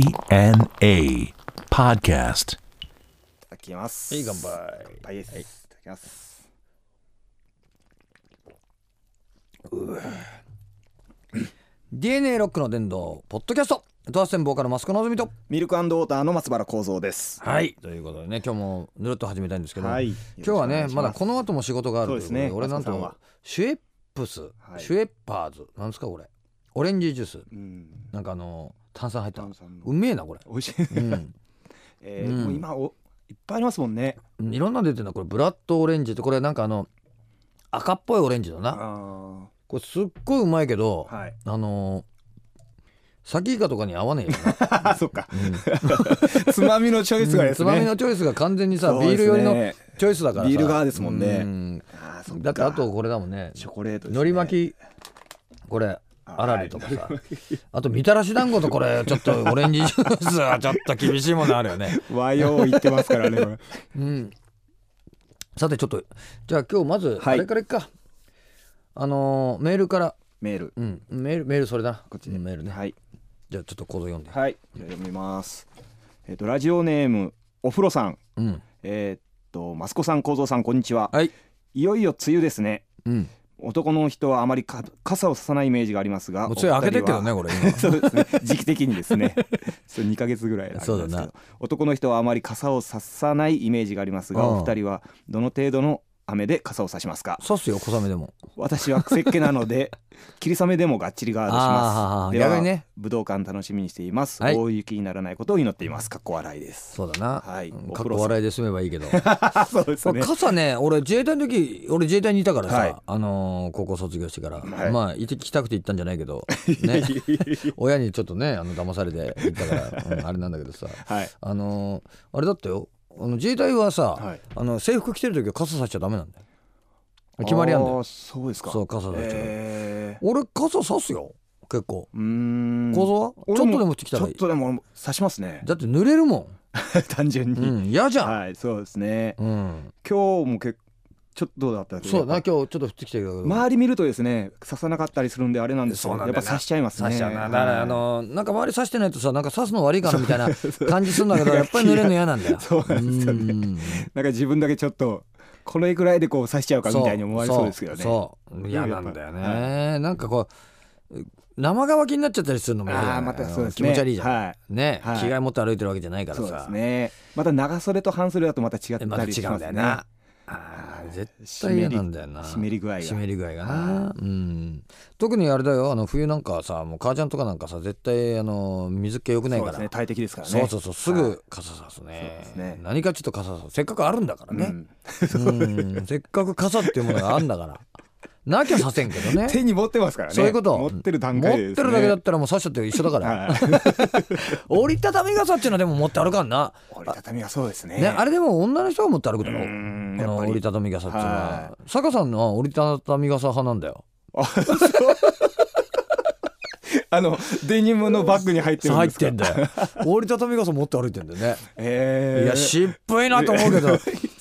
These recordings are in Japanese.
DNA Podcast. いただきます。はい乾杯乾杯です。い、ただきます。 DNA ロックの殿堂ポッドキャストドアステンボーカルマスコのぞみとミルクウォーターの松原幸三です。はいということでね今日もぬるっと始めたいんですけど、はい。今日はねまだこのの後も仕事があるというこそとでうですね俺なんマスコさんとはシュエップス、いシュエッパーズなんですかこれオレンジジュースうん。なんかあの炭酸入った炭酸のうめえなこれ、美味 しい。うん、えーうんもう今おいっぱいありますもんね。いろんなの出てるなこれブラッドオレンジってこれなんかあの赤っぽいオレンジだあなあこれすっごいうまいけど、ー。はい。 あのー、サキイカとかに合わねえよなあそっか。 うんつまみのチョイスがうんでつすまみね。のチョイスが完全にさ、そうでビールす寄りねのチョイスだからさビール側ですもんねうんああそっか。だってあとこれだもんねチョコレートですね。のり巻きこれあられとかさ、あとみたらし団子とこれちょっとオレンジジュース はちょっと厳しいものあるよね、和洋言ってますからね。これ うん、さてちょっとじゃあ今日まずはいあれからいっか、あのーメールから、メール。うん、メールメールそれだなこっちでうんメールね、はい。じゃあちょっとコード読んで、はい。じゃあ読みます。えっとラジオネームお風呂さん。うんえーっとマスコさん、幸三さん、こんにちは。はい。いよいよ梅雨ですね。うん、男の人はあまりか傘をささないイメージがありますがもうつい開けてるけどねおこれ二人 はそうですね時期的にですねそう2ヶ月ぐらいありますけそうだなど男の人はあまり傘をささないイメージがありますが、うんお二人はどの程度の雨で傘をさしますか今刺すよ小雨でも私は癖っ気なの で霧雨でもがっちりガードしまあーすでは逆にね武道館楽しみにしています、はい大雪にならないことを祈っていますかっこ笑いですそうだな、はいうんおかっ風こ呂さん笑いで済めばいいけどあ そうですね傘ね俺自衛隊の時俺自衛隊にいたからさ、はいあのー高校卒業してから、はいまあ行ってきたくて行ったんじゃない けど、ね、親にちょっとねあの騙されて行ったから、うんあれなんだけどさはいあのーあれだったよあの自衛隊はさ、はいあの制服着てる時は傘さしちゃダメなんだよ決まりあんだーよそうですかそう傘さしちゃダメ、えー俺傘さすよ結構うーん構造はちょっ俺とでも着たらいいちょっとでも刺しますねだって濡れるも単純ん、 に、うん、嫌じゃん、はいそうですねうん、今日もけちょっとどうだったんですそうだな今日ちょっと降ってきてるけど、周り見るとですね刺さなかったりするんであれなんですけどそうなんやだっぱよな刺しちゃいますね刺しちゃうなだからあはいのなんか周り刺してないとさなんか刺すの悪いかな みたいな感じするんだけどやっぱり濡れるの嫌なんだよそうなんですよねうんなんか自分だけちょっとこれぐらいでこう刺しちゃうかみたいに思われそうですけどねそうそう嫌なんだよねなんかこう生乾きになっちゃったりするのも嫌じゃないああまたそうです気ね持ち悪いじゃん、はいね、はい着替え持って歩いてるわけじゃないからそうですさ、ねまた長袖と半袖だとまた違っでまたたり違しうんますだねよなあー絶対嫌なんだよな湿り具合が湿り具合がな、うん、特にあれだよあの冬なんかさもう母ちゃんとかなんかさ絶対あの水っ気よくないそうかですらね大敵ですからねそうそうそうすはいぐ傘さすね,、そうですね何かちょっと傘さすせっかくあるんだからうね、んうん、せっかく傘っていうものがあるんだからなきゃさせんけどね手に持 ってますからねそういうこと持ってる段階で持っですてねるだけだったらもうさしちゃって一緒だから、はい折りたたみ傘っていうのはでも持って歩かんな、折りたたみはそうですねね、あれでも女の人が持って歩くだうろんあやっのぱ折りりたたみ傘っていうのはは坂さんのは折りたたみ傘派なんだよあのデニムのバッグに入ってるん入でっすかてんだよ 折りたたみ傘持って歩いてんだよね、えーいや渋いなと思 うけど、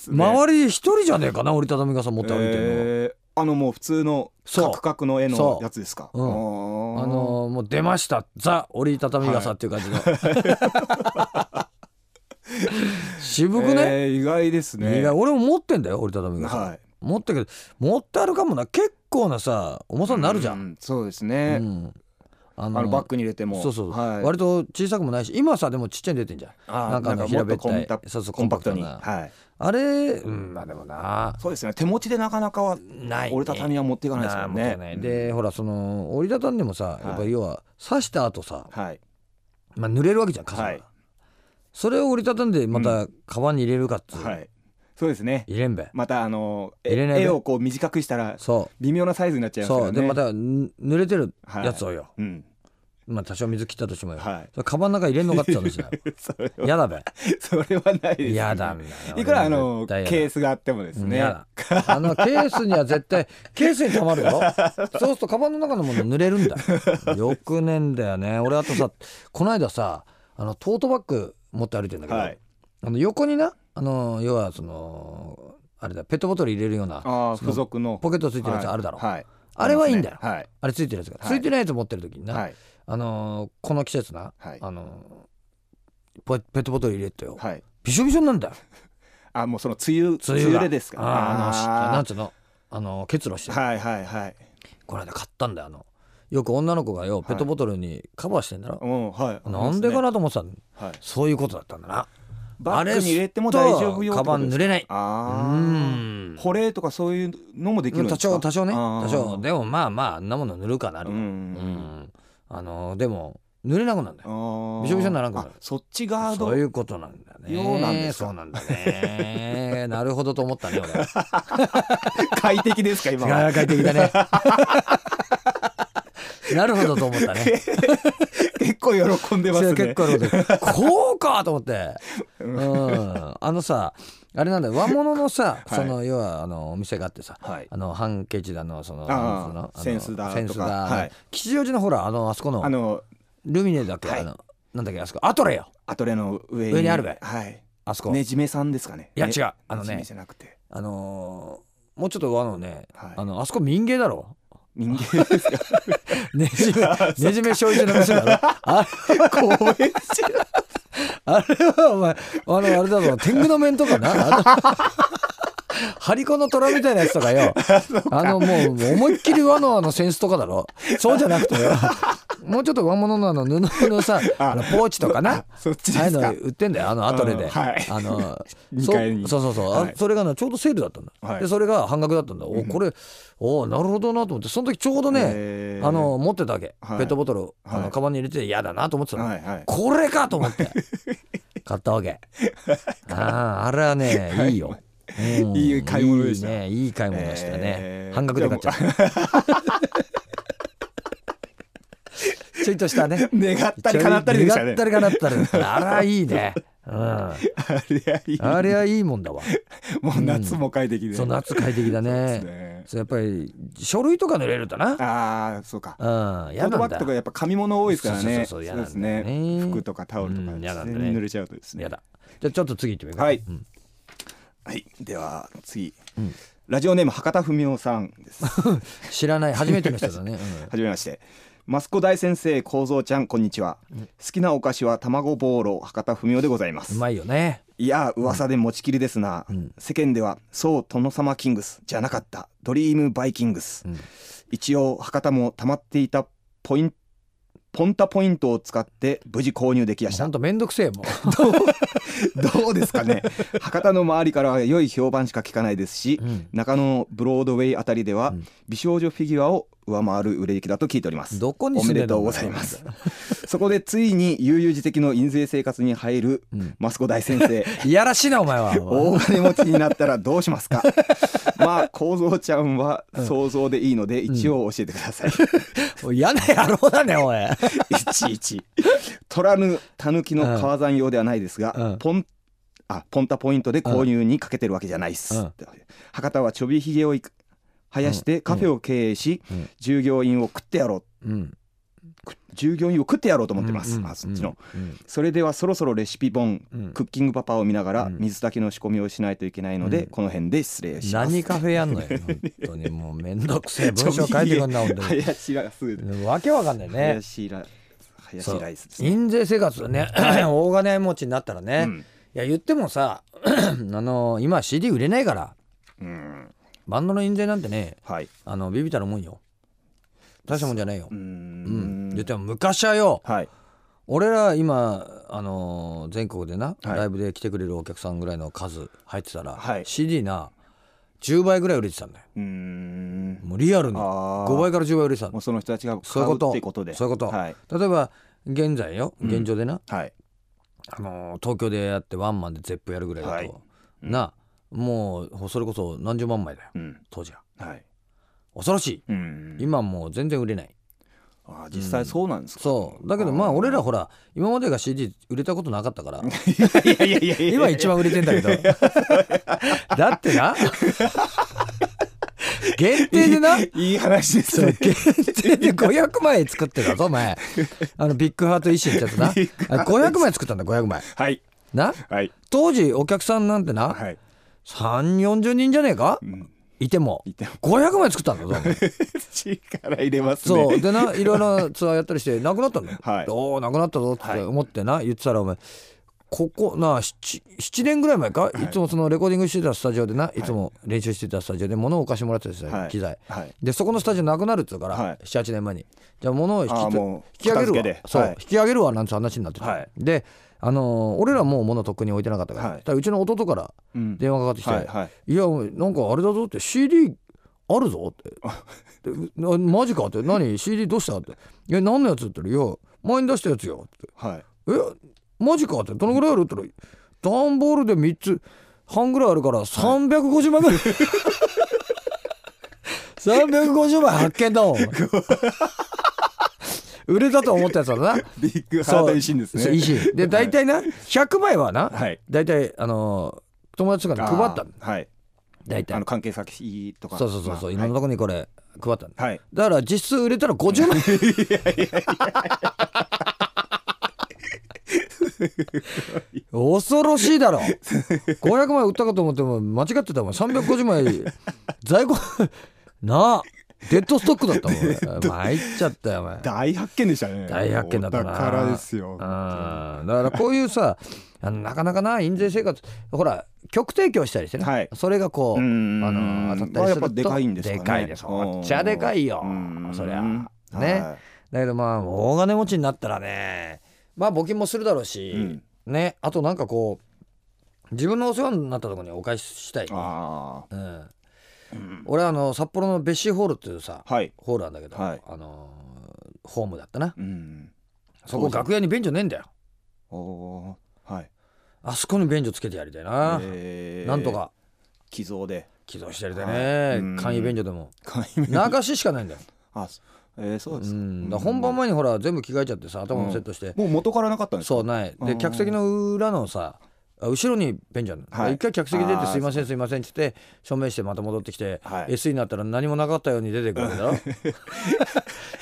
周り一人じゃねえかな折りたたみ傘持って歩いてんのは、えーあのもう普通のそうカクカクの絵のやつですかそううんああのーもう出ましたザ折りたたみ傘ってい う感じの、渋く僕ね、ね意外ですねいや俺も持ってんだよ折りたたみ傘、はい持ってるけど持ってあるかもな結構なさ重さになるじゃ、うんんそうですうんねああののバッグに入れてもそうそう、はい割と小さくもないし今さでもちっちゃいの出てんじゃんあーなんかあの平べっもっとたコンいそうそうコンパクトにな、はいあれうんまあでもなそうですね手持ちでなかなかはないね折りたたみは持っていかないですもんなねあ持たないでほらその折りたたんでもさやっぱはい要は刺した後さ、はいまあ、濡れるわけじゃん傘が、はいそれを折りたたんでまたカバンに入れるかっつう、はいそうですね入れんべまたあのえ入れないで絵をこう短くしたらそ微妙なサイズになっちうゃいますかそらうねでまたぬ濡れてるやつをよ、うんまあ多少水切ったとしてもよ、はい それカバンの中入れんのかって話だよそれ はやだべそれはないですねやだべいくらあのケーススがあってもですねやだあのケースには絶 対ケースにたまるよそうするとカバンの中のもの濡れるん だよくねえんだよね俺あとさこの間さあのトートバッグ持って歩いてんだけど、はいあの横になあの要はそのあれだペットボトル入れるようなああそ付の属のポケットついてるやつあるだろ、はいはいあれはいいんだよはいあれついてるやつが、はいついてないやつ持ってる時にな、はいあのーこの季節な、はいあのーポペットボトル入れてよ、はいびしょびしょになんだよあもうその梅雨梅雨がでですかあーあのなんあつうのあの結露してーるはいはいはいこの間買ったんだよあのよく女の子がよペットボトルにカバーしてんだろ、うんはいなんでか、なと思ってたのはい、そういうことだったんだなバッグに入れても大丈夫よあれすっとカバン濡れないあうあん保冷とかそういうのもできるんで多すか少多少ねあー多少でもまあまああんなもの塗るかなるうわうんんあのでも塗れなくなるんだあよーびしょびしょにならんくなるあそっちガードそういうことなんだねようなんですかそうなんだね なるほどと思ったね 俺快適ですか今 は快適だねなるほどと思った ね結構喜んでますね結構あることこうかと思って、うん、あのさあれなんだよ和物のさ、 はいその要はあのお店があってさ、はいあの半ケチだのそのあーなんつうのあのセンスだとかセンスだ、はい吉祥寺のほらあのあそこのあのルミネだっけ、はいあのなんだっけあそこアトレよアトレの上に上にあるべはいあそこ、ねじめさんですかねいや違ううあのねじねめじゃなくてあのーもうちょっと和のね、はいあのあそこ民芸だろ人間ですかね じめねじめ正一の店だろあ公園あれはお前あのあれだぞ天狗の面とかなあのハリコの虎みたいなやつとかよあのもう思いっきり和のあのセンスとかだろそうじゃなくて よもうちょっと和物のあの布のさあのポーチとかな そっちああいですうかの売ってんだよあのアトレで、うんはいあの 二階にそうそうそうそう、あはいそれがねちょうどセールだったんだ、はいでそれが半額だったんだおこれおなるほどなと思ってその時ちょうどねへーあの持ってたわけ、はいペットボトルをあはのいカバンに入れて嫌だなと思ってたの、はいはいこれかと思って 買ったわけあああれはねいいよ、うんいい買い物でしたいい,、ね、いい買い物でしたね、えー半額で買っちゃったちょいとしたね 願ったり叶ったりでした願ねったり叶ったりだったあらいいね、うん、 あれ はいいあれはいいもんだわもう夏も快適でそう夏快適だですねねそうやっぱり書類とか濡れるとなああそうかうんト嫌ートなバんッグだとかやっぱ紙物多いですからねそうそうそうそう嫌そうなでんだすよねね服とかタオルとかうん嫌なんだね自然に濡れちゃうとですね嫌だじゃあちょっと次行ってみようかはいうんはいでは次ラジオネーム博多文雄さん ですは知らない初めての人だね、うんじめましてマスコ大先生構造ちゃんこんにちは好きなお菓子は卵ボーロ博多文雄でございま うすまいよねいやー噂で持ちきりですな、うん世間ではそう殿様キングスじゃなかったドリームバイキングス、うん一応博多も溜まっていたポインポンタポイントを使って無事購入できやしちゃたんとめんどくせえもんどうですか ね博多の周りからは良い評判しか聞かないですし、 うん中野のブロードウェイあたりではうん美少女フィギュアを上回る売れ行きだと聞いておりますどこにお住めんででんだとうございますそこでついに悠々自適の印税生活に入るうんマスコ大先生いやらしいなお 前は大金持ちになったらどうします かまあ構造ちゃんは想像でいいので一応教えてくだ さい、お嫌な野郎だねおいいちいち取らぬたぬきの川山用ではないですが、うんポンあポンタポイントで購入にかけてるわけじゃないっす、うん博多はちょびひげをいく生やしてカフェを経営し、うんうん従業員を食ってやろううん従業員を食ってやろうと思ってます、うんあそっちの、うんそれではそろそろレシピ本うんクッキングパパを見ながらうん水炊きの仕込みをしないといけないので、うんこの辺で失礼します何カフェやんのよ本当にもうめんど くせえ文章書いてくんな本当に林ラスでうんわけわかんないね林ラ林そうライスですね印税生活ね 大金持ちになったらね、うんいや言ってもさ あの今 CD 売れないからうんバンドの印税なんてねはいあのビビたるもんよ大したもんじゃないようーうんん言っても昔はよはい俺ら今、あのー全国でな、はいライブで来てくれるお客さんぐらいの数入ってたら、はい CD な10倍ぐらい売れてたんだようーんもうリアルにあー5倍から10倍売れてたんだもうその人たちがそ買ういううこっとていうことでそういうこと、はい例えば現在よ現状でな、はいあのー東京でやってワンマンでゼップやるぐらいだと、はいうんなもうそれこそ何十万枚だようん当時ははい恐ろしいうん今もう全然売れないあー実際そうなんですかそうだけどまあ俺らほら今までが CD 売れたことなかったから いやいやいやいや今一番売れてんだけど だっ てな限定でないい話ですそうね限定で500枚作ってたぞお前あのビッグハート維新ってやつなあ500枚作ったんだ500枚はいなはい当時お客さんなんてな、はい340人じゃねえかうんいてもいても500枚作ったんだぞお 前力入れますねそうでないろいろなツアーやったりしてなくなったんだよ、はいおおなくなったぞって思ってな言ってたらお前ここな 7, 7年ぐらい前か、い、つもそのレコーディングしてたスタジオでないつも練習してたスタジオで物を貸してもらってたんですよ、はい機材はいでそこのスタジオなくなるっつうから、はい78年前にじゃあ物を引きあーつもう引き上げ片る付けわでそう、はい引き上げるわなんて話になってて、はいで、あのー俺らもう物とっくに置いてなかったから,、はいらうちの弟からうん電話かかってきて「はいはいいやなんかあれだぞ」って CD あるぞってでなマジかって何 CD どうしたって「いや何のやつ?」って言ったら「いや前に出したやつよ」って はいえマジかってどのぐらいあるって言ったら段ボールで3つ半ぐらいあるから350万ぐらい、350万発見だもん売れたと思ったやつだなビッグハート石ですそうね石で大体な100枚はな、はい大体あのー友達とかに配ったのあーはい大あの体関係先とかそうそうそうそう、いまあろんなとこにこれ配ったのはいはいだから実質売れ たら50万恐ろしいだろ500枚売ったかと思っても間違ってたもん350枚在庫なあデッドストックだったもん俺参っちゃったよお前大発見でしたね大発見だったなお宝ですようんだからこういうさあのなかなかな印税生活ほら曲提供したりしてね、はいそれがこううんあの当たったりするとまあやっぱでかいんですかねでかいですおっちゃでかいようんそりゃうんね、はだけどまあ大金持ちになったらねまあ募金もするだろうし、うんねあとなんかこう自分のお世話になったところにお返ししたい、あうん、俺あの札幌のベッシーホールっていうさあはいホールなんだけど、はいあのーホームだったなうんそこ楽屋に便所ねえんだよおーはいあそこに便所つけてやりたいな、えーなんとか寄贈 で起動してやりたいはいうんね簡易便所でも買い目流ししかないんだよ、あそえーそううですかん、だから本番前にほら全部着替えちゃってさ頭もセットして、もう元からなかったんですかそうないうんうんうでん客席の裏のさあ後ろにベンチあるのはい一回客席出あて「ーすいませんすいません」っつって署名してまた戻ってきて、はい S になったら何もなかったように出てくるんだ ろ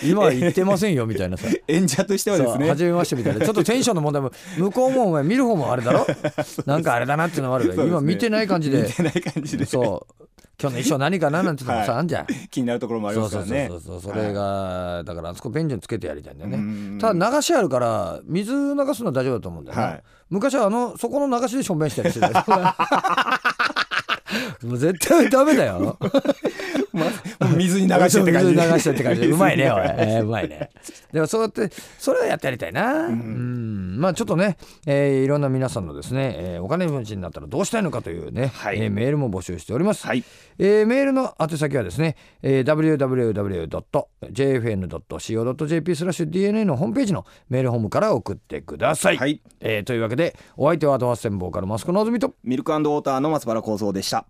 今は言ってませんよみたいなさ演者としてはですそうね初めましてみたいなちょっとテンションの問題も向こうもお前見る方もあれ だろなんかあれだなっていうのもあるけど、そうですね今見てない感じで 見てない感じでそう今日の衣装何かななんてのもさ、はいあんじゃん 気になるところもありそまうすかそうらねそうそうそれが、だからあそこ便所につけてやりたいんだようんうんうねんただ流しあるから水流すのは大丈夫だと思うんだよね、はい昔はあのそこの流しでしょんべんしたりしてたよ もう絶対ダメだよもう水に流してって感じ水流してって感じでうま いねおい、はえーうまいねでもそうやってそれはやってやりたいなうんまあちょっとね、えーいろんな皆さんのですね、えーお金持ちになったらどうしたいのかというね、はいえーメールも募集しております、いえーメールの宛先はですね、えー www.jfn.co.jp スラッシュ DNA のホームページのメールホームから送ってください、はいえーというわけでお相手はドハッセンボーカルマスコのあずみとミルクウォーターの松原幸三でした